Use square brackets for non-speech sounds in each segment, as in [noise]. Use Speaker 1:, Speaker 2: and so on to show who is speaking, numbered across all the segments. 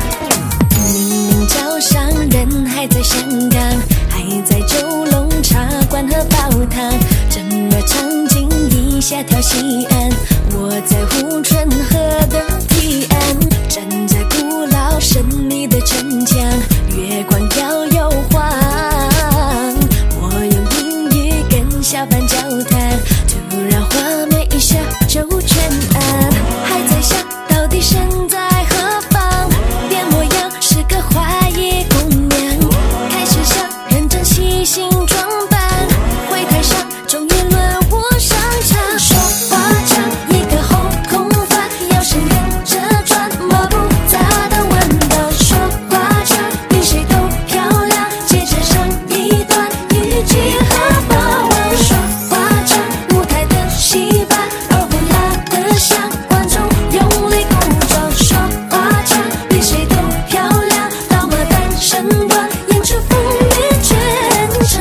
Speaker 1: 明明早上人还在香港，还在九龙茶馆喝煲汤，整个场景一下跳西安，我在护城河的堤岸，站在古老神秘的城墙，月光摇又晃，我用英语跟小贩交谈，突然画面一下就全暗，还在想到底身在何方，变模样是个花衣姑娘，开始想认真细心装扮，会台上终于轮我上场，手巴掌一个后空翻，腰身跟着转，马步砸到弯道，手巴掌比谁都漂亮，接着上一段，一起喝爆碗，手巴掌舞台的戏班，二胡拉得响，观众用力鼓掌，手巴掌比谁都漂亮，刀马旦身段，演出风靡全场。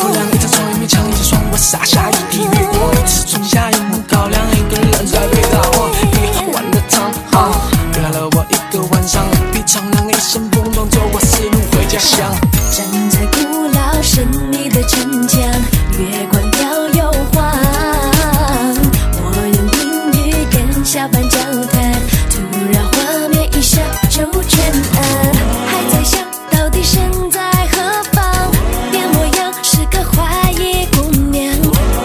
Speaker 2: 不良一直冲，一面墙一直爽，我傻下一滴月光，一直冲下用我高粱，一个人在被打晃，一晚的长航，表了我一个晚上，比长廊一身风动，走我思路回家乡。
Speaker 1: 站在古老神秘的城墙，月光摇又晃。我用英语跟小贩交谈，突然画面一下就全暗，还在想到底身在何方，变模样是个花衣姑娘，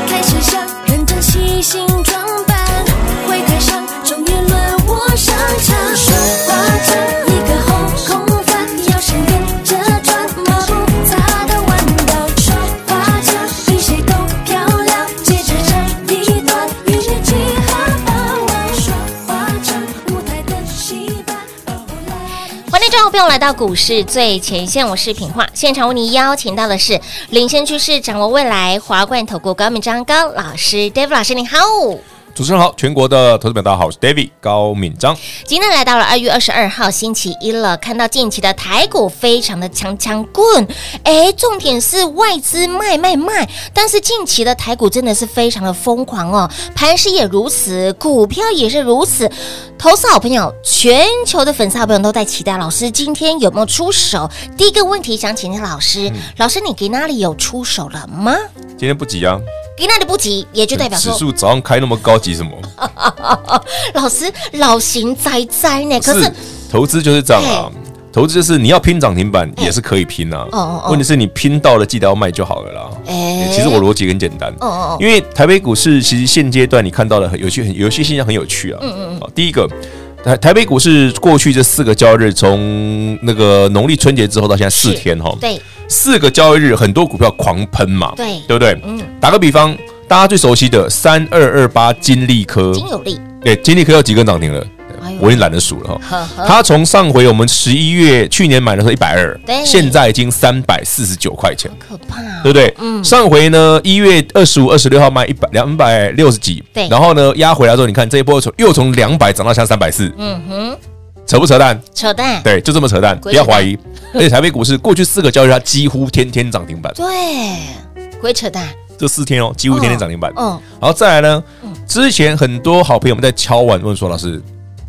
Speaker 1: 开始想认真细心装扮，会台上终于轮我上场，手巴掌一个后空翻，腰身跟着转，马步擦到弯道，手巴掌比谁都漂亮，接着这一段，一起哈巴玩，手巴掌舞台的戏班，哦二胡拉的。
Speaker 3: 欢迎各位朋友来到股市最前线，我是品化。现场为您邀请到的是领先趋势、掌握未来华冠投顾高敏章高老师，David 老师您好。
Speaker 4: 主持人好，全国的投资们大家好，我是 David 高敏章。
Speaker 3: 今天来到了二月二十二号星期一了，看到近期的台股非常的强强棍，哎，重点是外资卖卖卖，但是近期的台股真的是非常的疯狂哦，盘势也如此，股票也是如此。投资好朋友，全球的粉丝好朋友都在期待老师今天有没有出手。第一个问题想请教老师，
Speaker 4: 嗯
Speaker 3: 老师你给哪里有出手了吗？
Speaker 4: 今天不急啊，
Speaker 3: 给哪里不急，也就代表
Speaker 4: 指
Speaker 3: 说哦
Speaker 4: 数早上开那么高，急什么？
Speaker 3: 老师老行哉哉呢。可是
Speaker 4: 投资就是这样啊，投资就是你要拼涨停板也是可以拼啊
Speaker 3: 哦哦哦，
Speaker 4: 问题是你拼到了记得要卖就好了啦。
Speaker 3: 哎
Speaker 4: 其实我逻辑很简单，
Speaker 3: 哦哦哦
Speaker 4: 因为台北股市其实现阶段你看到的很有些很有些现象很有趣啊。嗯嗯第一个。台台北股市过去这四个交易日，从那个农历春节之后到现在四
Speaker 3: 是
Speaker 4: 天哈，
Speaker 3: 对
Speaker 4: 四个交易日，很多股票狂喷嘛，
Speaker 3: 对
Speaker 4: 对不对？
Speaker 3: 嗯
Speaker 4: 打个比方，大家最熟悉的三二二八金利科，
Speaker 3: 金有力，
Speaker 4: 对，金利科有几根涨停了
Speaker 3: 哎呦？
Speaker 4: 我已经懒得数了
Speaker 3: 呵
Speaker 4: 哈
Speaker 3: 呵，
Speaker 4: 它从上回我们十一月去年买的时候一百二
Speaker 3: 对，
Speaker 4: 现在已经三百四十九块钱，
Speaker 3: 可怕哦、
Speaker 4: 对不对？
Speaker 3: 嗯
Speaker 4: 上回呢一月二十五、二十六号卖一百两百六十几，
Speaker 3: 对
Speaker 4: 然后呢压回来之后，你看这一波又从又从两百涨到现在三百四，
Speaker 3: 嗯哼，
Speaker 4: 扯不扯淡？
Speaker 3: 扯淡。
Speaker 4: 对，就这么扯淡，
Speaker 3: 鬼
Speaker 4: 不
Speaker 3: 扯
Speaker 4: 要
Speaker 3: 淡
Speaker 4: 怀疑。而且台北股市过去四个交易日，它几乎天天涨停板。
Speaker 3: 对，鬼扯淡。
Speaker 4: 这四天哦，几乎天天涨停板。
Speaker 3: 嗯嗯
Speaker 4: 然后再来呢，之前很多好朋友们在敲碗问说，老师，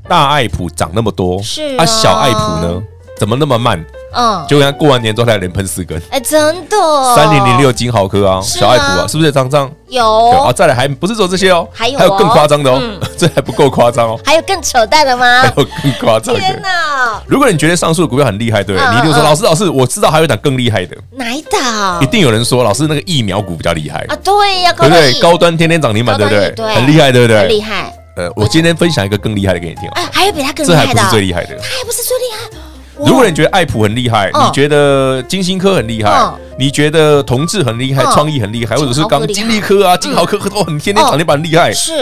Speaker 4: 大爱普涨那么多，
Speaker 3: 是啊
Speaker 4: 小爱普呢？怎么那么慢？
Speaker 3: 嗯，
Speaker 4: 就看过完年之后才连喷四根，
Speaker 3: 哎，真的，
Speaker 4: 三零零六金豪科啊，
Speaker 3: 是啊
Speaker 4: 小爱普啊，是不是涨涨？对啊，
Speaker 3: 有，
Speaker 4: 再来还不是走这些哦，
Speaker 3: 还有哦
Speaker 4: 更夸张的哦
Speaker 3: 嗯，
Speaker 4: [laughs] 这还不够夸张哦，
Speaker 3: 还有更扯淡的吗
Speaker 4: 还？有更夸张
Speaker 3: 天
Speaker 4: 的。
Speaker 3: 哪，
Speaker 4: 如果你觉得上述的股票很厉害，对不对？
Speaker 3: 嗯
Speaker 4: 你就说
Speaker 3: 嗯
Speaker 4: 老师，老师，我知道还有一档更厉害的，
Speaker 3: 哪一档
Speaker 4: 一定有人说老师那个疫苗股比较厉害，
Speaker 3: 啊？对呀，
Speaker 4: 对不对？
Speaker 3: 高端
Speaker 4: 高端天天涨停板，对
Speaker 3: 高
Speaker 4: 不
Speaker 3: 端
Speaker 4: 对
Speaker 3: 也？对
Speaker 4: 很厉害，对不
Speaker 3: 疫很厉
Speaker 4: 对？
Speaker 3: 害，
Speaker 4: 呃，我今天分享一个更厉害的给你听哦，
Speaker 3: 哎，还有比他更厉
Speaker 4: 这
Speaker 3: 害
Speaker 4: 还不
Speaker 3: 的
Speaker 4: 是
Speaker 3: 啊，
Speaker 4: 最厉害的。
Speaker 3: 他还不是最厉害。哇
Speaker 4: 如果你觉得爱普很厉害，
Speaker 3: 嗯
Speaker 4: 你觉得金星科很厉害
Speaker 3: 嗯，
Speaker 4: 你觉得同志很厉害
Speaker 3: 嗯，
Speaker 4: 创意很厉害，或者是
Speaker 3: 金豪科
Speaker 4: 刚
Speaker 3: 厉害嗯
Speaker 4: 金利科啊、金豪科都很天天涨停板很厉害，
Speaker 3: 是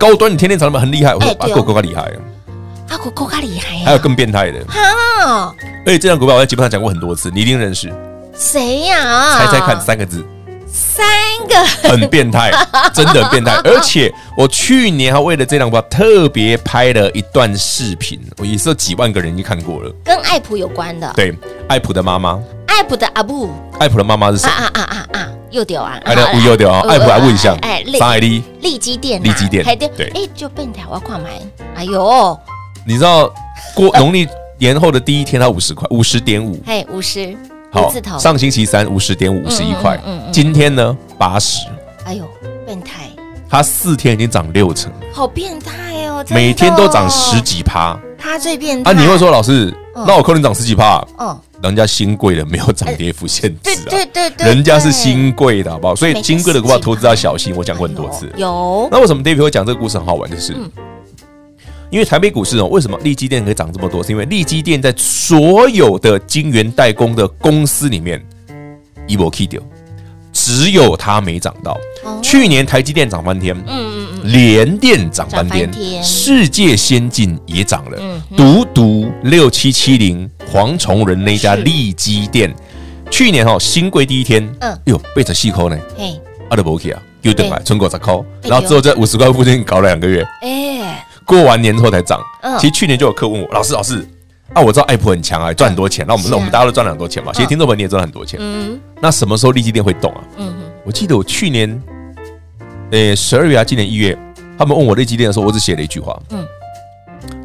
Speaker 4: 高端你天天涨停板很厉害，我说
Speaker 3: 哎
Speaker 4: 啊
Speaker 3: 对哦
Speaker 4: 够够够厉害，
Speaker 3: 阿古够咖厉害呀，
Speaker 4: 还有更变态的。
Speaker 3: 啊，
Speaker 4: 而且这张股票我在节目上讲过很多次，你一定认识，
Speaker 3: 嗯谁呀？
Speaker 4: 猜猜看，三个字，
Speaker 3: 三个
Speaker 4: 很
Speaker 3: [laughs]
Speaker 4: 变态，真的很变态。而且我去年还为了这张股票特别拍了一段视频，我也是有几万个人已经看过了。
Speaker 3: 跟爱普有关的，
Speaker 4: 对，爱普的妈妈，
Speaker 3: 爱普的阿布
Speaker 4: 爱普的妈妈是谁
Speaker 3: 啊？啊啊啊啊，又丢啊，
Speaker 4: 哎，那无忧的哦，爱普还问一下
Speaker 3: 哎，，
Speaker 4: 张
Speaker 3: 利
Speaker 4: 爱丽，
Speaker 3: 利基店啊，
Speaker 4: 利基店
Speaker 3: 还对
Speaker 4: 对，
Speaker 3: 哎，就变台湾跨买，哎呦，
Speaker 4: 你知道
Speaker 3: [laughs]
Speaker 4: 过农历年后的第一天，它五十块，五十点五，
Speaker 3: 嘿，五十五字头，
Speaker 4: 上星期三五十点五，十一块
Speaker 3: 嗯嗯嗯，
Speaker 4: 今天呢八十，
Speaker 3: 哎呦，变态，
Speaker 4: 它四天已经涨六成，
Speaker 3: 好变态哦，真的
Speaker 4: 每天都涨十，几趴
Speaker 3: 他最变态
Speaker 4: 啊！你会说老师，
Speaker 3: 嗯
Speaker 4: 那我扣你涨十几趴，
Speaker 3: 哦，
Speaker 4: 人家新贵的没有涨跌幅限制
Speaker 3: 对
Speaker 4: 啊，
Speaker 3: 对对对，
Speaker 4: 人家是
Speaker 3: 对
Speaker 4: 新贵的好不好？所
Speaker 3: 每
Speaker 4: 以
Speaker 3: 天
Speaker 4: 新贵的股票
Speaker 3: 十几趴
Speaker 4: 投资要小心，我讲过很多次
Speaker 3: 哎。呦有
Speaker 4: [laughs] 那为什么 David 会讲这个故事很好玩？就是、
Speaker 3: 嗯
Speaker 4: 因为台北股市哦，为什么利基店可以涨这么多？是因为利基店在所有的晶圆代工的公司里面 e v o k 掉，只有它没涨到。
Speaker 3: 哦
Speaker 4: 去年台积电涨翻天，
Speaker 3: 嗯嗯嗯，
Speaker 4: 联电涨翻天
Speaker 3: 涨翻，天
Speaker 4: 世界先进也涨了，
Speaker 3: 嗯
Speaker 4: 独独六七七零黄崇仁那家
Speaker 3: 是
Speaker 4: 利基店，去年哦新贵第一天，
Speaker 3: 嗯
Speaker 4: 哎呦被着细抠呢，
Speaker 3: 嘿，
Speaker 4: 阿德伯克啊，又等来
Speaker 3: 对
Speaker 4: 存股十块，
Speaker 3: 哎
Speaker 4: 然后之后在五十块附近搞了两个月，
Speaker 3: 哎，
Speaker 4: 过完年之后才涨
Speaker 3: 嗯。
Speaker 4: 其实去年就有客问我，老师老师，啊我知道爱普很强啊，赚很多钱，那我们
Speaker 3: 是啊
Speaker 4: 那我们大家都赚了很多钱嘛，其实听众朋友你也赚了很多钱，
Speaker 3: 嗯
Speaker 4: 那什么时候利基店会动啊？
Speaker 3: 嗯
Speaker 4: 我记得我去年，呃十二月啊，今年一月，他们问我利基店的时候，我只写了一句话，
Speaker 3: 嗯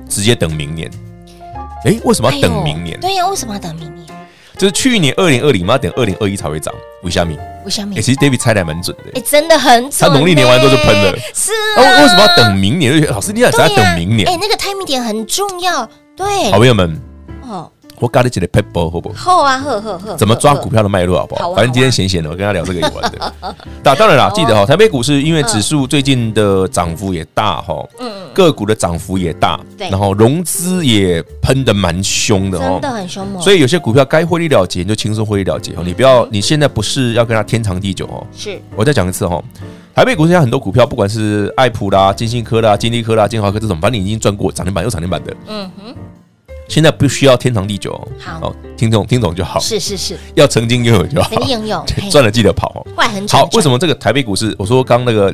Speaker 4: 直接等明年。诶，为什么
Speaker 3: 哎呦
Speaker 4: 要等明年？
Speaker 3: 对呀，为什么要等明年？
Speaker 4: 就是去年二零二零嘛，要等二零二一才会涨。为什么？
Speaker 3: 为什么
Speaker 4: 哎，？其实 David 猜的还蛮准的。
Speaker 3: 哎，真的很准
Speaker 4: 他农历年完之后就喷了
Speaker 3: 呢是
Speaker 4: [laughs] 那
Speaker 3: 啊，
Speaker 4: 哦为什么要等明年？就觉得老师，你也是要
Speaker 3: 对呀
Speaker 4: 等明年
Speaker 3: 哎，。那个 timing 点很重要，对
Speaker 4: 好，朋友们，
Speaker 3: 哦，
Speaker 4: 我搞了几个 paper 好不好？
Speaker 3: 后啊，呵呵呵，
Speaker 4: 怎么抓
Speaker 3: 呵
Speaker 4: 股？票的脉络好不
Speaker 3: 好
Speaker 4: 好？
Speaker 3: 啊
Speaker 4: 反正今天闲闲的，我跟他聊这个有关的。 [laughs] 那当然啦，记得哈，台北股市因为指数最近的涨幅也大哈，
Speaker 3: 嗯嗯，
Speaker 4: 个股的涨幅也大，
Speaker 3: 对
Speaker 4: 然后融资也喷的蛮凶的
Speaker 3: 真
Speaker 4: 哦
Speaker 3: 的。很凶猛，
Speaker 4: 所
Speaker 3: 以
Speaker 4: 以有些股票该获利了结，你就轻松获利了结哦。你不
Speaker 3: 嗯
Speaker 4: 要，你现在不是要跟它天长地久哦。
Speaker 3: 是
Speaker 4: 我再讲一次哦，台北股市现在很多股票，不管是爱普啦、金信科啦、金利科啦、金豪科这种，反正你已经赚过涨停板又涨停板的，
Speaker 3: 嗯哼，
Speaker 4: 现在不需要天长地久哦。
Speaker 3: 好
Speaker 4: 哦，听懂听懂就好，
Speaker 3: 是是是，
Speaker 4: 要曾经拥有就好
Speaker 3: 肯，定
Speaker 4: [laughs]
Speaker 3: 应用，嘿
Speaker 4: 赚了记得跑哦。
Speaker 3: 坏很准
Speaker 4: 好，为什么这个台北股市，我说刚那个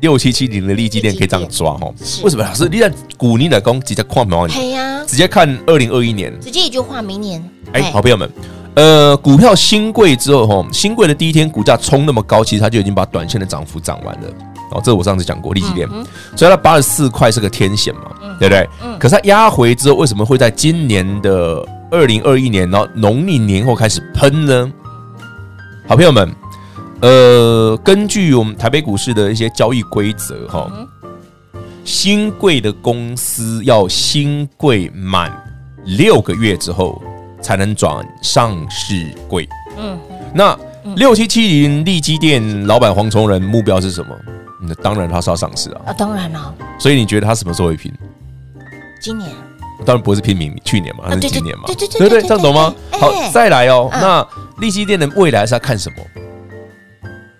Speaker 4: 六七七零的利基店可以这样抓哦
Speaker 3: 是？
Speaker 4: 为什么老师你在股你来攻直接看毛你？
Speaker 3: 嘿呀，
Speaker 4: 直接看二零二一年，
Speaker 3: 直接一句话，明年
Speaker 4: 哎、
Speaker 3: 嘿
Speaker 4: 好朋友们，呃，股票新贵之后吼，新贵的第一天股价冲那么高，其实它就已经把短线的涨幅涨完了。哦，这我上次讲过，利基店，
Speaker 3: 嗯
Speaker 4: 所以它八十四块是个天险嘛，对不对？可是它压回之后，为什么会在今年的二零二一年，然后农历年后开始喷呢？好朋友们，呃，根据我们台北股市的一些交易规则，哈、
Speaker 3: 嗯
Speaker 4: 新贵的公司要新贵满六个月之后才能转上市柜。
Speaker 3: 嗯
Speaker 4: 嗯，那六七七零利基店老板黄崇仁目标是什么？那当然他是要上市啊。
Speaker 3: 啊，当然了，
Speaker 4: 所以你觉得他什么时候会拼？
Speaker 3: 今年
Speaker 4: 当然不会是拼明去年嘛，
Speaker 3: 啊
Speaker 4: 他是
Speaker 3: 对对
Speaker 4: 今年嘛，
Speaker 3: 对对对
Speaker 4: 对
Speaker 3: 对
Speaker 4: 对，
Speaker 3: 对
Speaker 4: 这样懂吗
Speaker 3: 对？对
Speaker 4: 好
Speaker 3: 哎，
Speaker 4: 再来哦。
Speaker 3: 嗯
Speaker 4: 那利基店的未来是要看什么？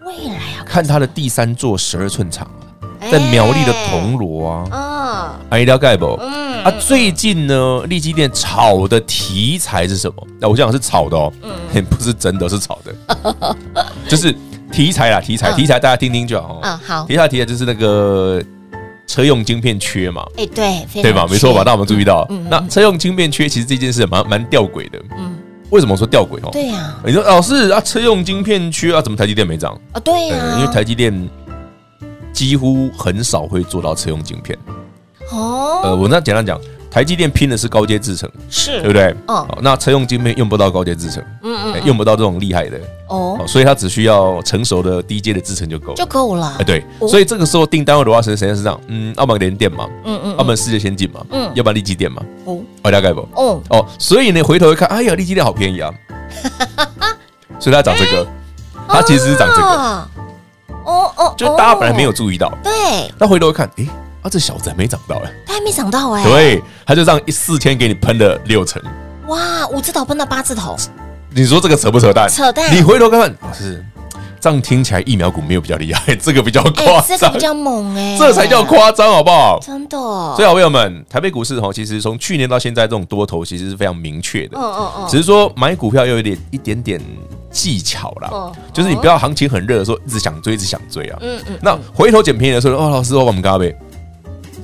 Speaker 3: 未来啊，
Speaker 4: 看他的第三座十二寸厂啊，
Speaker 3: 哎
Speaker 4: 在苗栗的铜锣啊，
Speaker 3: 啊，
Speaker 4: 阿廖盖博
Speaker 3: 嗯
Speaker 4: 啊，最近呢，利基店炒的题材是什么？那我讲是炒的哦，
Speaker 3: 嗯
Speaker 4: 不是真的，是炒的，
Speaker 3: [laughs]
Speaker 4: 就是题材啦，题材，
Speaker 3: 嗯
Speaker 4: 题材大家听听就好哦。
Speaker 3: 啊好，
Speaker 4: 题材题材就是那个车用晶片缺嘛，
Speaker 3: 哎对，非常
Speaker 4: 对吧？没错吧？
Speaker 3: 缺
Speaker 4: 那我们注意到
Speaker 3: 嗯嗯，
Speaker 4: 那车用晶片缺，其实这件事蛮蛮吊诡的。
Speaker 3: 嗯
Speaker 4: 为什么说吊诡哦？
Speaker 3: 对呀，
Speaker 4: 你说老师啊，车用晶片缺啊，怎么台积电没涨？
Speaker 3: 啊对呀，
Speaker 4: 嗯，因为台积电几乎很少会做到车用晶片。
Speaker 3: 哦
Speaker 4: 呃，我那简单讲，呃台积电拼的是高阶制程，对不
Speaker 3: 是
Speaker 4: 对？
Speaker 3: 嗯
Speaker 4: 好，那车用晶片用不到高阶制程，嗯嗯，用不到这种厉害的，
Speaker 3: 哦
Speaker 4: 哦，，所以它只需要成熟的低阶的制程就够了
Speaker 3: 就。够了
Speaker 4: 哎，。对，
Speaker 3: 哦
Speaker 4: 所以这个时候订单会的话，谁谁在身上？嗯，要不然联电嘛，
Speaker 3: 嗯嗯
Speaker 4: 要不然世界先进嘛，
Speaker 3: 嗯
Speaker 4: 要不然力基电嘛，
Speaker 3: 哦
Speaker 4: 哦，大概不？
Speaker 3: 哦，
Speaker 4: 哦，所以呢，回头一看，哎呀，力基电好便
Speaker 3: [laughs]
Speaker 4: 宜啊，所以它涨这个，
Speaker 3: 哎
Speaker 4: 它其实是涨这个，
Speaker 3: 啊哦哦，
Speaker 4: 就是大家本来没有
Speaker 3: 哦，
Speaker 4: 注意到，
Speaker 3: 对，
Speaker 4: 那回头一看，诶，啊，这小子还没涨到哎，
Speaker 3: 他还没想到哎，，
Speaker 4: 对，他就让一四千给你喷了六成，
Speaker 3: 哇，五字头碰到八字头，
Speaker 4: 你说这个扯不扯淡？
Speaker 3: 扯淡
Speaker 4: 你回头看看，老师，这样听起来疫苗股没有比较厉害， [laughs] 这个比较夸
Speaker 3: 哎，这个
Speaker 4: 张
Speaker 3: 比，较猛哎，
Speaker 4: 这才叫夸张，好不好？
Speaker 3: 真的哦，
Speaker 4: 所以，好朋友们，台北股市哈，其实从去年到现在，这种多头其实是非常明确的
Speaker 3: 嗯，嗯
Speaker 4: 只是说买股票又有一点一点点技巧啦
Speaker 3: 哦，
Speaker 4: 就是你不要行情很热的时候一直想追，一直想追啊。
Speaker 3: 嗯嗯嗯，
Speaker 4: 那回头捡便宜的时候，哦，老师，我把我们嘎呗。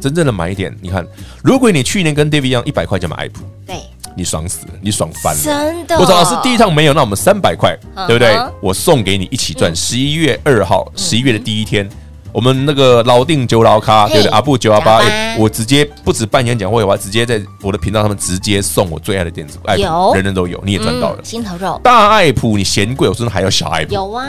Speaker 4: 真正的买点，你看，如果你去年跟 David 一样，一百块钱买爱普，
Speaker 3: 对，
Speaker 4: 你爽死了，你爽翻了。
Speaker 3: 真的，
Speaker 4: 我说老师第一趟没有，那我们三百块，
Speaker 3: 嗯
Speaker 4: 对不对
Speaker 3: 嗯？
Speaker 4: 我送给你一起赚。十一月二号，十一月的第一天，我们那个老定九老咖，
Speaker 3: 嘿
Speaker 4: 对不对？阿布九幺八
Speaker 3: 九幺八，
Speaker 4: 哎我直接不止办演讲会，我还直接在我的频道上面直接送我最爱的电子股，爱
Speaker 3: 有
Speaker 4: 普人人都有，你也赚到了
Speaker 3: 嗯。心头肉
Speaker 4: 大爱普你嫌贵，我真的还要小爱普。
Speaker 3: 有啊，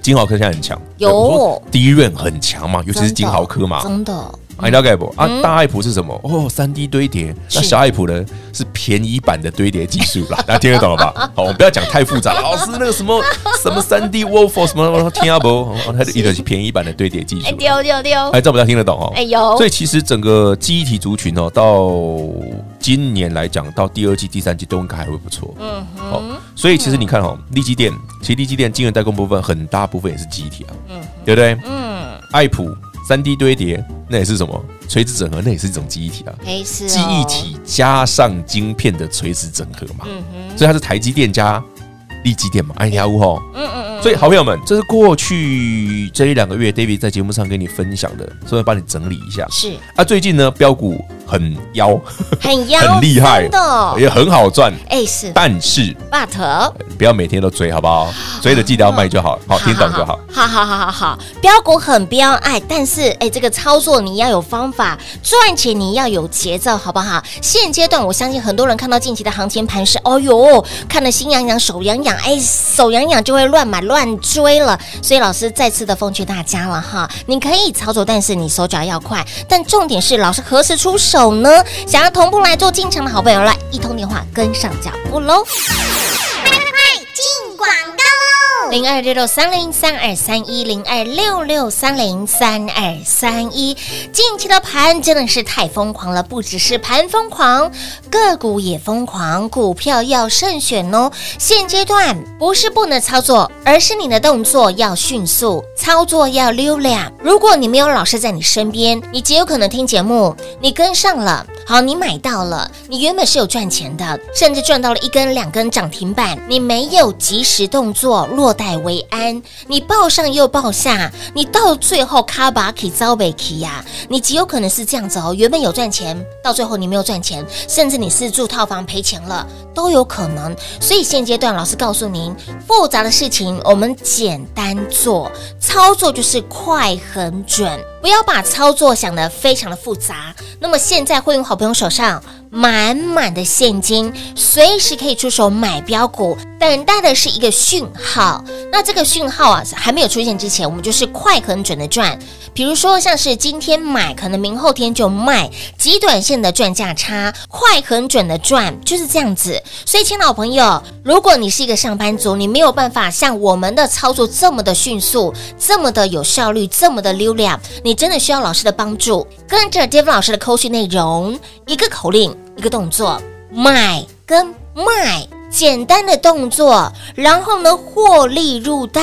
Speaker 4: 金豪科现在很强，
Speaker 3: 有
Speaker 4: 对我说第一润很强嘛，尤其是金豪科嘛，
Speaker 3: 真的
Speaker 4: 啊，你了解不？啊，大爱普是什么？哦，三 D 堆叠。那
Speaker 3: 嗯是
Speaker 4: 小爱普呢？是便宜版的堆叠技术啦。 [laughs] 大家听得懂了吧？好，我们不要讲太复杂了。老师，那个什么什么三 D Wolf 什么什么，听得不？哦它就一个是便宜版的堆叠技术
Speaker 3: 哎。丢丢丢，
Speaker 4: 哎，这我们大家听得懂哦。
Speaker 3: 哎有，
Speaker 4: 所以其实整个记忆体族群哦，到今年来讲，到第二季、第三季都应该还会不错。
Speaker 3: 嗯
Speaker 4: 好
Speaker 3: 哼，，
Speaker 4: 所以其实你看哦，利基电，其实利基电晶圆代工部分很大部分也是记忆体啊，对不对？
Speaker 3: 嗯，
Speaker 4: 爱普三 D 堆叠，那也是什么垂直整合，那也是一种记忆体啊。
Speaker 3: 哎是哦
Speaker 4: 记忆，体加上晶片的垂直整合嘛，
Speaker 3: 嗯哼，
Speaker 4: 所以它是台积电加力积电嘛，哎呀呜吼！
Speaker 3: 嗯嗯嗯，
Speaker 4: 所以好朋友们，这是过去这一两个月 David 在节目上跟你分享的，顺便帮你整理一下。
Speaker 3: 是
Speaker 4: 啊，最近呢，标股很妖，
Speaker 3: 很妖，
Speaker 4: [laughs] 很厉害
Speaker 3: 真的，
Speaker 4: 也很好赚，
Speaker 3: 哎是
Speaker 4: 但是
Speaker 3: but。
Speaker 4: 不要每天都追，好不 [gasps] 好？追了记得要卖就好，好听懂就好。。
Speaker 3: 好好好好好，标股很标爱，但是哎，这个操作你要有方法，赚钱你要有节奏，好不好？现阶段我相信很多人看到近期的行情盘是，哦呦，看得心痒痒、手痒痒，哎，手痒痒就会乱买乱追了。所以老师再次的奉劝大家了哈，你可以操作，但是你手脚要快。但重点是，老师何时出手呢？想要同步来做进场的好朋友，来一通电话跟上脚步喽。零二六六三零三二三一零二六六三零三二三一。近期的盘真的是太疯狂了，不只是盘疯狂，个股也疯狂，股票要慎选哦。现阶段不是不能操作，而是你的动作要迅速，操作要溜亮。如果你没有老师在你身边，你极有可能听节目，你跟上了，好，你买到了，你原本是有赚钱的，甚至赚到了一根两根涨停板，你没有及时动作，落袋为安，你报上又报下，你到最后卡巴起遭北起呀，你极有可能是这样子哦，原本有赚钱，到最后你没有赚钱，甚至你是住套房赔钱了，都有可能。所以现阶段，老师告诉您，复杂的事情我们简单做，操作就是快很准，不要把操作想得非常的复杂。那么现在会用好朋友手上满满的现金，随时可以出手买标股，等待的是一个讯号。那这个讯号啊，还没有出现之前，我们就是快很准的赚。比如说像是今天买，可能明后天就卖，极短线的赚价差，快很准的赚，就是这样子。所以，亲老朋友，如果你是一个上班族，你没有办法像我们的操作这么的迅速，这么的有效率，这么的溜亮，你真的需要老师的帮助，跟着 Dave 老师的扣讯内容，一个口令，一个动作，买跟卖。简单的动作，然后呢，获利入袋。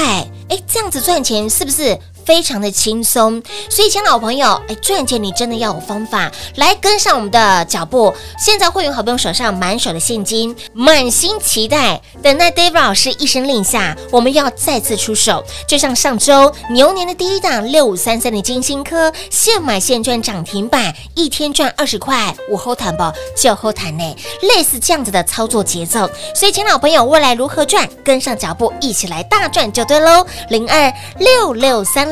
Speaker 3: 哎，这样子赚钱是不是非常的轻松？所以，亲老朋友，哎，赚钱你真的要有方法，来跟上我们的脚步。现在会员好朋友手上满手的现金，满心期待，等待 David 老师一声令下，我们要再次出手。就像上周牛年的第一档六五三三的金星科，现买现赚涨停板，一天赚二十块，我后谈不就后谈呢？类似这样子的操作节奏，所以，请老朋友未来如何赚，跟上脚步，一起来大赚就对喽。零二六六三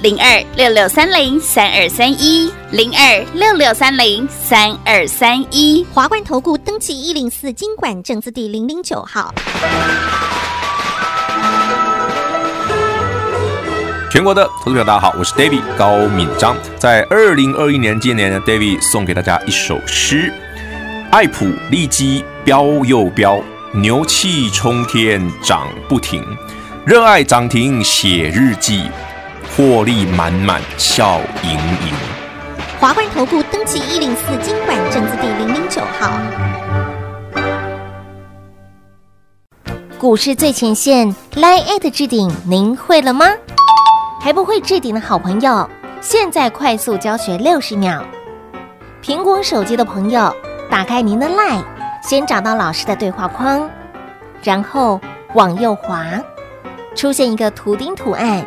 Speaker 5: 零二六六三零三二三一，零二六六三零三二三一。
Speaker 6: 华冠投顾登记一零四经管证字第零零九号，
Speaker 4: 全国的投资者大家好，我是 David 高敏章。在二零二一年今年呢，David 送给大家一首诗：爱普利基飙又飙，牛气冲天涨不停，热爱涨停写日记，获利满满笑盈盈。
Speaker 6: 华冠投顾登记一零四经管证字第零零九号，
Speaker 3: 股市最前线 Line at 置顶，您会了吗？还不会置顶的好朋友，现在快速教学六十秒。苹果手机的朋友，打开您的 Line，先找到老师的对话框，然后往右滑，出现一个图钉图案，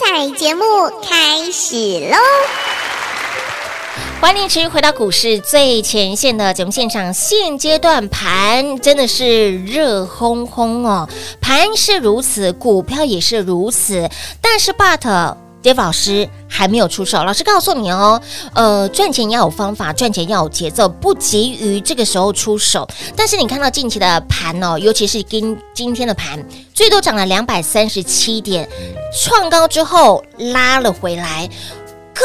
Speaker 6: 彩节目开始喽！
Speaker 3: 欢迎持续回到股市最前线的节目现场。现阶段盘真的是热烘烘哦，盘是如此，股票也是如此。但是，but 跌老师还没有出手。老师告诉你哦，呃，赚钱要有方法，赚钱要有节奏，不急于这个时候出手。但是你看到近期的盘哦，尤其是今今天的盘，最多涨了两百三十七点，创高之后拉了回来。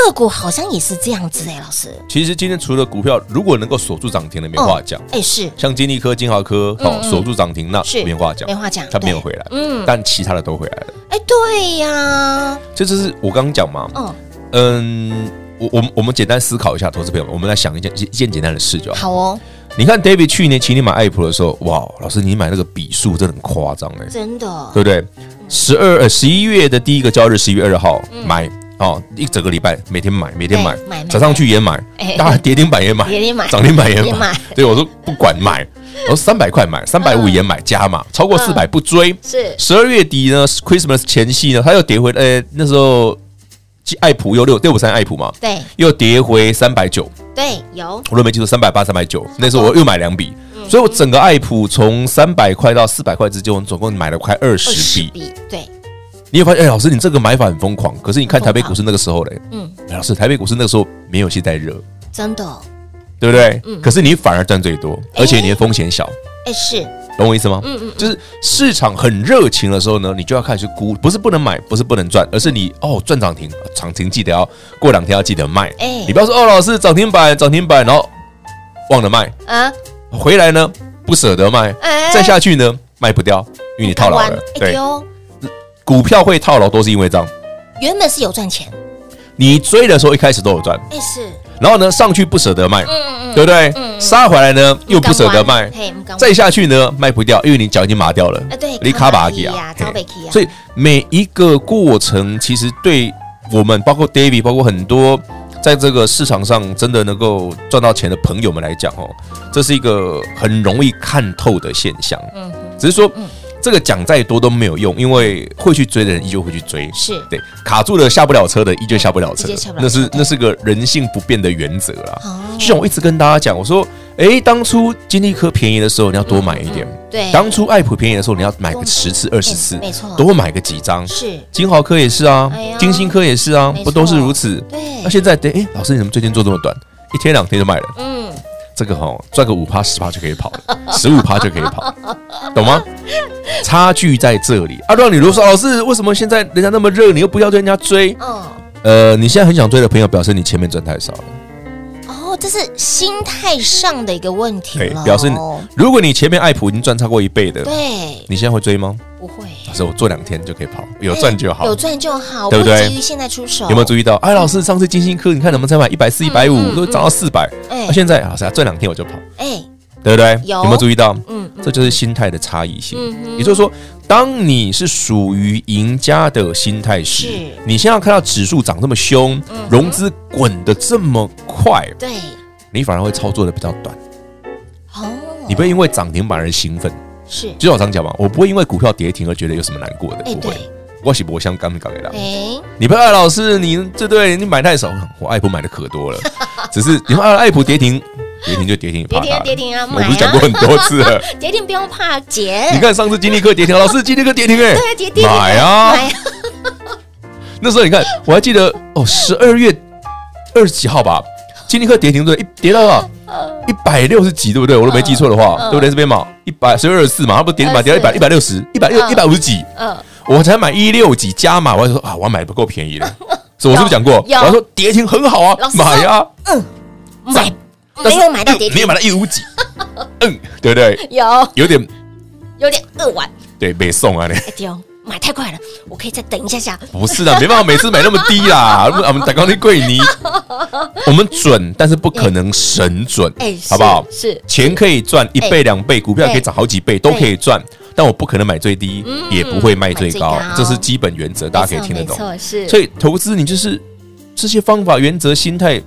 Speaker 3: 个股好像也是这样子哎、老师。
Speaker 4: 其实今天除了股票，如果能够锁住涨停的，没话讲。
Speaker 3: 哎、是
Speaker 4: 像金利科、金豪科，
Speaker 3: 嗯
Speaker 4: 好
Speaker 3: 嗯
Speaker 4: 锁住涨停，那
Speaker 3: 是
Speaker 4: 没话讲，
Speaker 3: 没话讲
Speaker 4: 它没有
Speaker 3: 对
Speaker 4: 回来，
Speaker 3: 嗯
Speaker 4: 但其他的都回来了。
Speaker 3: 哎、对呀、
Speaker 4: 这就是我刚刚讲嘛，
Speaker 3: 嗯，
Speaker 4: 嗯，我我们我们简单思考一下，投资朋友们，我们来想一件一件简单的事就好。
Speaker 3: 好哦，
Speaker 4: 你看 David 去年请你买爱普的时候，哇，老师你买那个笔数真的很夸张哎，
Speaker 3: 真的，
Speaker 4: 对不对？十二呃十一月的第一个交易日，十一月二十号买哦，一整个礼拜每天买，每天买
Speaker 3: 嗯对买买，
Speaker 4: 早上去也买
Speaker 3: 哎，
Speaker 4: 当然跌停板也买，
Speaker 3: 跌停板
Speaker 4: 涨停板也
Speaker 3: 也买嗯
Speaker 4: 买。对，我说不管买，我说三百块买，三百五也买，加码超过四百不追。
Speaker 3: 是
Speaker 4: 十二月底呢，Christmas 前夕呢，它又跌回，呃，那时候爱普又六六五三爱普嘛，
Speaker 3: 对
Speaker 4: 又跌回三百九，
Speaker 3: 对，有，
Speaker 4: 我都没记错，三百八、三百九，那时候我又买两笔，
Speaker 3: 嗯
Speaker 4: 所以我整个爱普从三百块到四百块之间，我总共买了快二十笔。
Speaker 3: 笔，对，
Speaker 4: 你会发现，哎、老师，你这个买法很疯狂。可是你看台北股市那个时候嘞，
Speaker 3: 嗯，
Speaker 4: 哎老师，台北股市那个时候没有现在热，
Speaker 3: 真的，哦
Speaker 4: 对不对？
Speaker 3: 嗯
Speaker 4: 可是你反而赚最多，而且你的风险小，
Speaker 3: 哎、是，
Speaker 4: 懂我意思吗？
Speaker 3: 嗯嗯，
Speaker 4: 就是市场很热情的时候呢，你就要开始估，不是不能买，不是不能赚，而是你哦赚涨停，涨停记得要过两天要记得卖，
Speaker 3: 哎
Speaker 4: 你不要说哦老师涨停板涨停板，然后忘了卖，
Speaker 3: 啊，
Speaker 4: 回来呢不舍得卖，
Speaker 3: 哎
Speaker 4: 再下去呢卖不掉，因为你套牢
Speaker 3: 完
Speaker 4: 了。
Speaker 3: 哎
Speaker 4: 对，
Speaker 3: 呦，
Speaker 4: 股票会套牢都是因为这样，
Speaker 3: 原本是有赚钱，
Speaker 4: 你追的时候一开始都有赚，
Speaker 3: 哎、是，
Speaker 4: 然后呢上去不舍得卖，
Speaker 3: 嗯嗯
Speaker 4: 对不对
Speaker 3: 嗯？嗯
Speaker 4: 杀回来呢又不舍得卖，
Speaker 3: 嘿，不敢玩
Speaker 4: 再下去呢卖不掉，因为你脚已经麻掉了
Speaker 3: 哎，对，
Speaker 4: 你卡巴基啊，
Speaker 3: 招北
Speaker 4: 嘿
Speaker 3: K 啊，
Speaker 4: 所以每一个过程其实对我们，包括 David，包括很多在这个市场上真的能够赚到钱的朋友们来讲哦，这是一个很容易看透的现象。
Speaker 3: 嗯哼，
Speaker 4: 只是说，这个讲再多都没有用，因为会去追的人依旧会去追，
Speaker 3: 是
Speaker 4: 对卡住了下不了车的依旧下不了车
Speaker 3: 嗯依旧下，不了
Speaker 4: 那
Speaker 3: 车
Speaker 4: 是
Speaker 3: 对
Speaker 4: 那是个人性不变的原则啦。
Speaker 3: 哦
Speaker 4: 就像我一直跟大家讲，我说，诶，当初金利科便宜的时候，你要多买一点；
Speaker 3: 嗯对，
Speaker 4: 当初爱普便宜的时候，你要买个十次、二十次
Speaker 3: 哎，没错
Speaker 4: 多买个几张。
Speaker 3: 是，
Speaker 4: 金豪科也是啊
Speaker 3: 哎呀，
Speaker 4: 金星科也是啊
Speaker 3: 没，错
Speaker 4: 不都是如此？
Speaker 3: 对
Speaker 4: 那，现在，对，诶，老师，你怎么最近做这么短？一天两天就卖了，
Speaker 3: 嗯，
Speaker 4: 这个哦，赚个五趴十趴就可以跑
Speaker 3: [laughs]
Speaker 4: 了，十五趴就可以跑，懂吗？差距在这里。啊，让你如果说老师，为什么现在人家那么热，你又不要对人家追？
Speaker 3: 哦，
Speaker 4: 呃，你现在很想追的朋友，表示你前面赚太少了。
Speaker 3: 哦，哦，这是心态上的一个问题
Speaker 4: 哎
Speaker 3: 了、，
Speaker 4: 表示你如果你前面爱普已经赚超过一倍的，
Speaker 3: 哦对，
Speaker 4: 你现在会追吗？
Speaker 3: 不会
Speaker 4: 老师，我做两天就可以跑，有赚就好。
Speaker 3: 哎有赚嗯就好，
Speaker 4: 对不对
Speaker 3: 急于现在出手，
Speaker 4: 有没有注意到？哎，老师，上次金星科你看能不能才买一百四、一百五，都涨到四百。
Speaker 3: 嗯哎
Speaker 4: 那现在老师啊赚两天我就跑，
Speaker 3: 哎，
Speaker 4: 对不对？
Speaker 3: 有
Speaker 4: 没有注意到？
Speaker 3: 嗯，
Speaker 4: 这就是心态的差异性。也就是说，当你是属于赢家的心态时
Speaker 3: 是，嗯
Speaker 4: 你现在看到指数涨这么凶，融资滚得这么快，
Speaker 3: 对，
Speaker 4: 你反而会操作的比较短。
Speaker 3: 哦，
Speaker 4: 你不会因为涨停板而兴奋，
Speaker 3: 是，
Speaker 4: 就像我常讲嘛，我不会因为股票跌停而觉得有什么难过的，
Speaker 3: 哎
Speaker 4: 不
Speaker 3: 对。
Speaker 4: 会我喜博香刚搞给他，
Speaker 3: 哎，
Speaker 4: 你不要老师，你这对你买太少，我爱普买的可多
Speaker 3: [laughs]
Speaker 4: 了，只是你看啊爱普跌停，跌停就跌停，
Speaker 3: 跌停就
Speaker 4: 怕它
Speaker 3: 跌停啊，
Speaker 4: 我
Speaker 3: 买
Speaker 4: 不是讲过
Speaker 3: 啊，
Speaker 4: 很多次
Speaker 3: [laughs]
Speaker 4: 了？
Speaker 3: 跌停不用怕，姐，
Speaker 4: 你看上次金立克跌停，老师金立克跌停哎，
Speaker 3: 哎跌跌停
Speaker 4: 买啊！
Speaker 3: 买啊，
Speaker 4: 那时候你看，我还记得哦，十二月二十几号吧，金立克跌停对不对，一跌到啊
Speaker 3: 嗯
Speaker 4: 一百六十几，对不对？我都没记错的话，对不对？这边嘛，一百十二十四嘛，它不是跌停板跌到一百一百六十，一百六一百五十几，
Speaker 3: 嗯，
Speaker 4: 我才买一六几加码，我还说啊，我买不够便
Speaker 3: [laughs]
Speaker 4: 宜了，是我是不是讲过？我
Speaker 3: 有
Speaker 4: 还说跌停很好啊
Speaker 3: 老，师
Speaker 4: 买啊，
Speaker 3: 买
Speaker 4: 但
Speaker 3: 没
Speaker 4: 是
Speaker 3: 有买到跌
Speaker 4: 没
Speaker 3: 停，
Speaker 4: 有买到一五几，嗯，对不对？
Speaker 3: 有
Speaker 4: 有点
Speaker 3: 有点扼腕，
Speaker 4: 对北宋啊，你
Speaker 3: 哎丢，买太快了，我可以再等一下下，
Speaker 4: 不是的，没办法，每次买那么低啦，我们打高利贵你，我们准，但是不可能神准
Speaker 3: 哎，，是
Speaker 4: 好不好？
Speaker 3: 是
Speaker 4: 钱可以赚一
Speaker 3: 哎
Speaker 4: 倍两倍，股票可以涨好几倍，都可以赚，但我不可能买最低，也不会卖最高
Speaker 3: 买最高，
Speaker 4: 这是基本原则，大家可以听得
Speaker 3: 没
Speaker 4: 懂。
Speaker 3: 错，没错是，
Speaker 4: 所以投资你就是这些方法、原则、心态，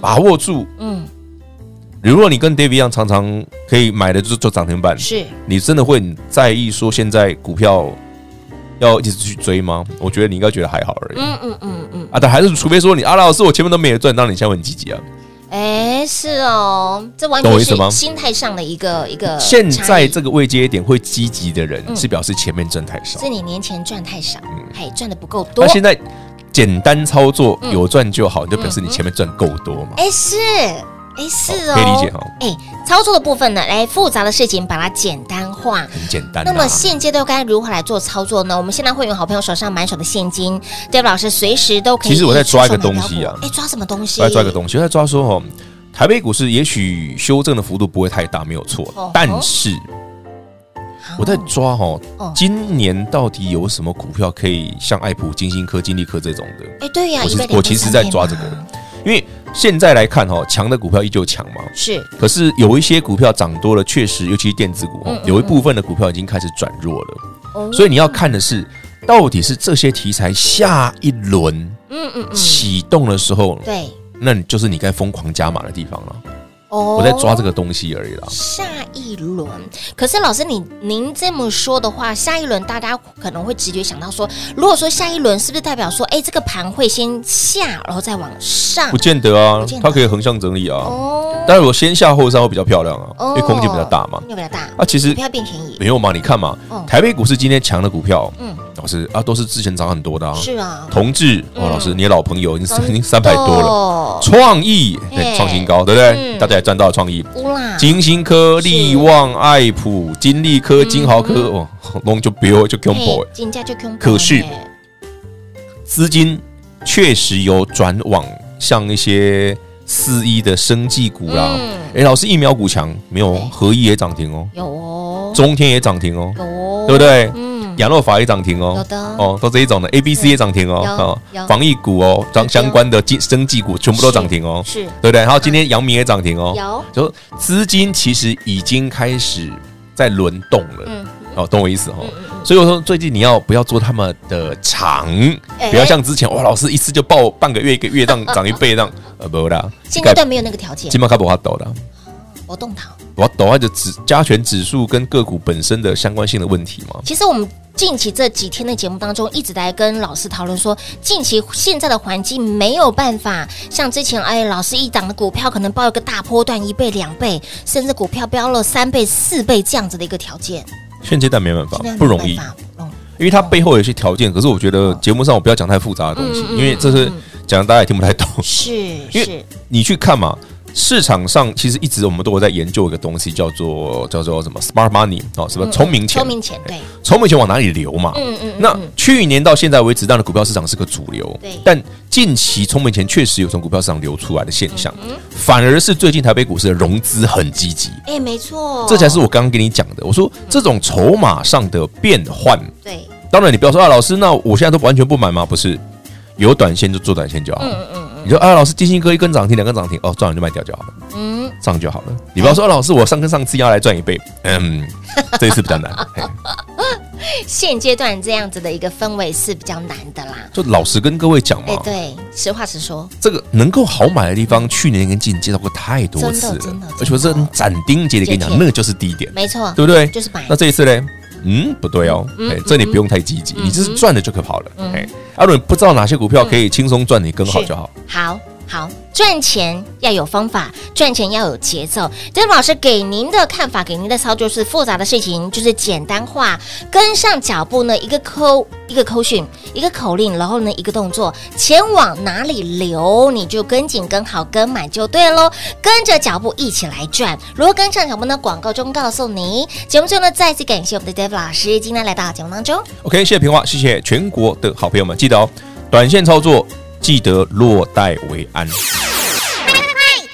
Speaker 4: 把握住。
Speaker 3: 嗯，
Speaker 4: 如果你跟 David 一样，常常可以买的就做涨停板，
Speaker 3: 是
Speaker 4: 你真的会很在意说现在股票要一直去追吗？我觉得你应该觉得还好而已。
Speaker 3: 嗯嗯嗯嗯，
Speaker 4: 啊，但还是除非说你啊，老师，我前面都没有赚，当然你现在会很积极啊。
Speaker 3: 哎，是哦，这完
Speaker 4: 懂我
Speaker 3: 全
Speaker 4: 意
Speaker 3: 是
Speaker 4: 思吗
Speaker 3: 心态上的一个一个差异。
Speaker 4: 现在这个位阶点会积极的人，是表示前面赚太少
Speaker 3: 嗯是。你年前赚太少，嘿，赚的不够多嗯
Speaker 4: 那。现在简单操作有赚就好，就表示你前面赚够多嘛。
Speaker 3: 哎，是，哎是哦，
Speaker 4: 可以理解哈
Speaker 3: 哎，操作的部分呢，来复杂的事情把它简单化。
Speaker 4: 很简单
Speaker 3: 那
Speaker 4: 啊。
Speaker 3: 么现阶段该如何来做操作呢？我们现在会员好朋友手上满手的现金，Dave 老师随时都可以。
Speaker 4: 其实我在抓一个东西啊
Speaker 3: 哎，抓什么东西？
Speaker 4: 我再抓一个东西，我再抓说哦，台北股市也许修正的幅度不会太大，没有错
Speaker 3: 哦，
Speaker 4: 但是我在抓哦
Speaker 3: 哦，
Speaker 4: 今年到底有什么股票可以像爱普、金星科、金利科这种的？
Speaker 3: 哎，对呀，
Speaker 4: 我其实
Speaker 3: 100点
Speaker 4: 我其实在抓这
Speaker 3: 三点
Speaker 4: 个
Speaker 3: 嘛，
Speaker 4: 因为现在来看哦，强的股票依旧强嘛，
Speaker 3: 是
Speaker 4: 可是有一些股票涨多了，确实，尤其是电子股
Speaker 3: 嗯
Speaker 4: 哦，有一部分的股票已经开始转弱了。
Speaker 3: 哦
Speaker 4: 所以你要看的是，到底是这些题材下一轮
Speaker 3: 嗯嗯嗯，
Speaker 4: 启动的时候，
Speaker 3: 对
Speaker 4: 那你就是你该疯狂加码的地方了。
Speaker 3: 哦，
Speaker 4: 我在抓这个东西而已啦。
Speaker 3: 下一轮，可是老师你您这么说的话，下一轮大家可能会直觉想到说，如果说下一轮是不是代表说，哎，这个盘会先下，然后再往上
Speaker 4: 不？见得啊
Speaker 3: 不见，得
Speaker 4: 它可以横向整理啊。
Speaker 3: 哦
Speaker 4: 当然，我先下后上会比较漂亮啊，因为空间比较大嘛
Speaker 3: 空。间比较大，
Speaker 4: 啊，其实
Speaker 3: 不要变便宜
Speaker 4: 没，有嘛，你看嘛
Speaker 3: 哦，
Speaker 4: 台北股市今天强的股票，
Speaker 3: 嗯
Speaker 4: 嗯，老师啊，都是之前涨很多的啊。
Speaker 3: 是啊，
Speaker 4: 同志哦，老师，你的老朋友已经已经三百多了。
Speaker 3: 了，
Speaker 4: 创意
Speaker 3: 嘿
Speaker 4: 对创新高，对不对？
Speaker 3: 哎嗯
Speaker 4: 大家也赚到了创意。
Speaker 3: 乌啦，
Speaker 4: 金星科、
Speaker 3: 是
Speaker 4: 力旺、爱普、金利科、金豪科，哦，龙就不要就 combo
Speaker 3: 嘿金价就恐怖
Speaker 4: 可是
Speaker 3: 了耶
Speaker 4: 资金确实有转往像一些四一的生技股啦。
Speaker 3: 嗯，哎
Speaker 4: 哎，老师，疫苗股强没有
Speaker 3: 对
Speaker 4: 哦？合一也涨停哦，
Speaker 3: 有哦，
Speaker 4: 中天也涨停哦，
Speaker 3: 有哦，
Speaker 4: 对不？对？
Speaker 3: 嗯，
Speaker 4: 亚诺法也涨停哦，
Speaker 3: 有的
Speaker 4: 哦，都这一种的，A、B、C 也涨停哦，
Speaker 3: 有有
Speaker 4: 防疫股哦，相
Speaker 3: 有
Speaker 4: 相关的基生技股全部都涨停哦，
Speaker 3: 是
Speaker 4: 对不对？然后今天阳明也涨停哦，
Speaker 3: 有，
Speaker 4: 就资金其实已经开始在轮动了，
Speaker 3: 嗯
Speaker 4: 哦，懂我意思哦。所以我说，最近你要不要做他们的长，
Speaker 3: 哎
Speaker 4: 不要像之前哇，老师一次就报半个月一个月 [laughs] 让涨一倍让，呃，不啦，
Speaker 3: 现阶段没有那个条件
Speaker 4: 金，马卡不法抖了，
Speaker 3: 我动堂。
Speaker 4: 我抖它的指加权指数跟个股本身的相关性的问题嘛。
Speaker 3: 其实我们近期这几天的节目当中，一直在跟老师讨论说，近期现在的环境没有办法像之前，哎，老师一档的股票可能报一个大波段，一倍、两倍，甚至股票飙了三倍、四倍这样子的一个条件，
Speaker 4: 现阶段没办法
Speaker 3: 现在，没
Speaker 4: 不容易
Speaker 3: 办，法嗯哦不容易
Speaker 4: 因为它背后有一些条件。可是我觉得节目上我不要
Speaker 3: 嗯
Speaker 4: 讲太复杂的东西，因为这是讲得大家也听不太懂。
Speaker 3: 是
Speaker 4: 因为
Speaker 3: 是，
Speaker 4: 你去看嘛，市场上其实一直我们都有在研究一个东西，叫做叫做什么 smart money 哦，什么聪明
Speaker 3: 嗯
Speaker 4: 钱，
Speaker 3: 聪明钱，对，
Speaker 4: 筹美钱往哪里流嘛？
Speaker 3: 嗯嗯嗯
Speaker 4: 那去年到现在为止，当然股票市场是个主流
Speaker 3: 对，
Speaker 4: 但近期筹美钱确实有从股票市场流出来的现象，
Speaker 3: 嗯
Speaker 4: 反而是最近台北股市的融资很积极，
Speaker 3: 哎，没错，
Speaker 4: 这才是我刚刚跟你讲的。我说这种筹码上的变换，
Speaker 3: 对，
Speaker 4: 当然你不要说啊，老师，那我现在都完全不买吗？不是，有短线就做短线就好。
Speaker 3: 嗯
Speaker 4: 了。
Speaker 3: 嗯嗯
Speaker 4: 你说啊，老师，金星哥一根涨停，两根涨停，哦，赚完就卖掉就好了，
Speaker 3: 嗯，
Speaker 4: 这样就好了。你不要说、啊老师，我上跟上次一样来赚一倍，
Speaker 3: [laughs]
Speaker 4: 嗯，这一次比较难。嘿
Speaker 3: 现阶段这样子的一个氛围是比较难的啦。
Speaker 4: 就老实跟各位讲嘛
Speaker 3: 哎，，对，实话实说，
Speaker 4: 这个能够好买的地方，去年跟今年介绍过太多次
Speaker 3: 真的真的
Speaker 4: 了，而且我是很斩钉截铁跟你
Speaker 3: 真
Speaker 4: 讲，
Speaker 3: 的
Speaker 4: 那个就是低点，
Speaker 3: 没错，
Speaker 4: 对不对？
Speaker 3: 就是买
Speaker 4: 那这一次呢？嗯，不对哦，
Speaker 3: 嗯
Speaker 4: 哎
Speaker 3: 嗯，嗯
Speaker 4: 这里不用太积极，你就是赚了就可跑了，哎，阿伦不知道哪些股票可以轻松赚，你跟好就好。
Speaker 3: 好好赚钱要有方法，赚钱要有节奏。这老师给您的看法，给您的操作是复杂的事情，就是简单化，跟上脚步呢，一个扣一个扣讯，一个口令，然后呢一个动作，钱往哪里流，你就跟紧、跟好、跟满就对喽。跟着脚步一起来赚。如何跟上脚步呢？广告中告诉你。节目最后呢，再次感谢我们的 Dave 老师今天来到节目当中。
Speaker 4: OK，谢谢平话，谢谢全国的好朋友们，记得哦，短线操作记得落袋为安。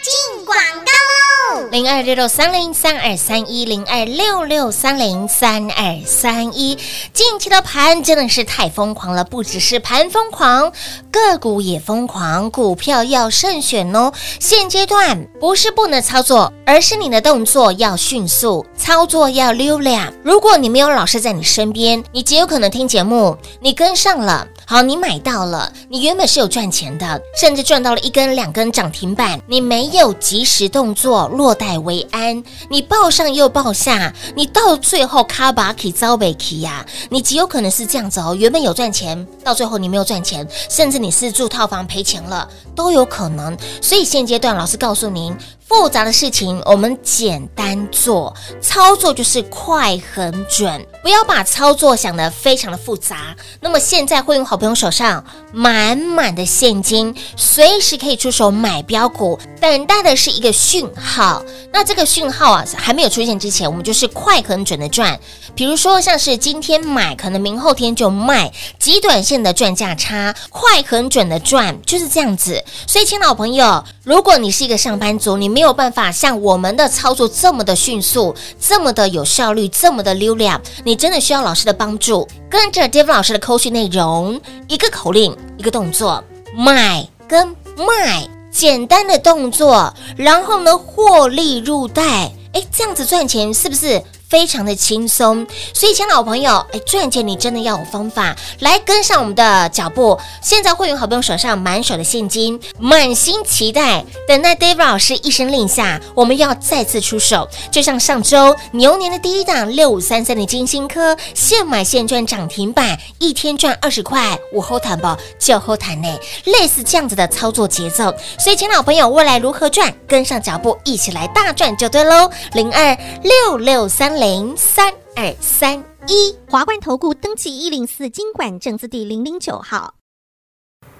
Speaker 6: 进广告喽！
Speaker 3: 零二六六三零三二三一零二六六三零三二三一。近期的盘真的是太疯狂了，不只是盘疯狂，个股也疯狂，股票要慎选哦。现阶段不是不能操作，而是你的动作要迅速，操作要溜亮。如果你没有老师在你身边，你极有可能听节目，你跟上了，好，你买到了，你原本是有赚钱的，甚至赚到了一根两根涨停板，你没有及时动作，落袋为安，你报上又报下，你到最后卡巴起遭北起呀，你极有可能是这样子哦，原本有赚钱，到最后你没有赚钱，甚至你是住套房赔钱了，都有可能。所以现阶段，老师告诉您，复杂的事情我们简单做，操作就是快很准，不要把操作想得非常的复杂。那么现在会用好朋友手上满满的现金，随时可以出手买标股，等待的是一个讯号。那这个讯号啊还没有出现之前，我们就是快很准的赚。比如说像是今天买，可能明后天就卖，极短线的赚价差，快很准的赚，就是这样子。所以，亲老朋友，如果你是一个上班族，你没有办法像我们的操作这么的迅速、这么的有效率、这么的溜亮，你真的需要老师的帮助，跟着 Dave 老师的口讯内容，一个口令，一个动作，买跟卖。简单的动作，然后呢，获利入袋。哎，这样子赚钱是不是非常的轻松？所以，亲爱的老朋友，哎，赚钱你真的要有方法，来跟上我们的脚步。现在会员好朋友手上满手的现金，满心期待，等待 David 老师一声令下，我们要再次出手。就像上周牛年的第一档六五三三的金星科，现买现赚涨停板，一天赚二十块，我后谈不就后谈呢？类似这样子的操作节奏，所以，请老朋友未来如何赚，跟上脚步，一起来大赚就对喽。零二六六三零三二三一。
Speaker 6: 华冠投顾登记一零四经管证字第零零九号。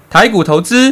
Speaker 7: 台股投资，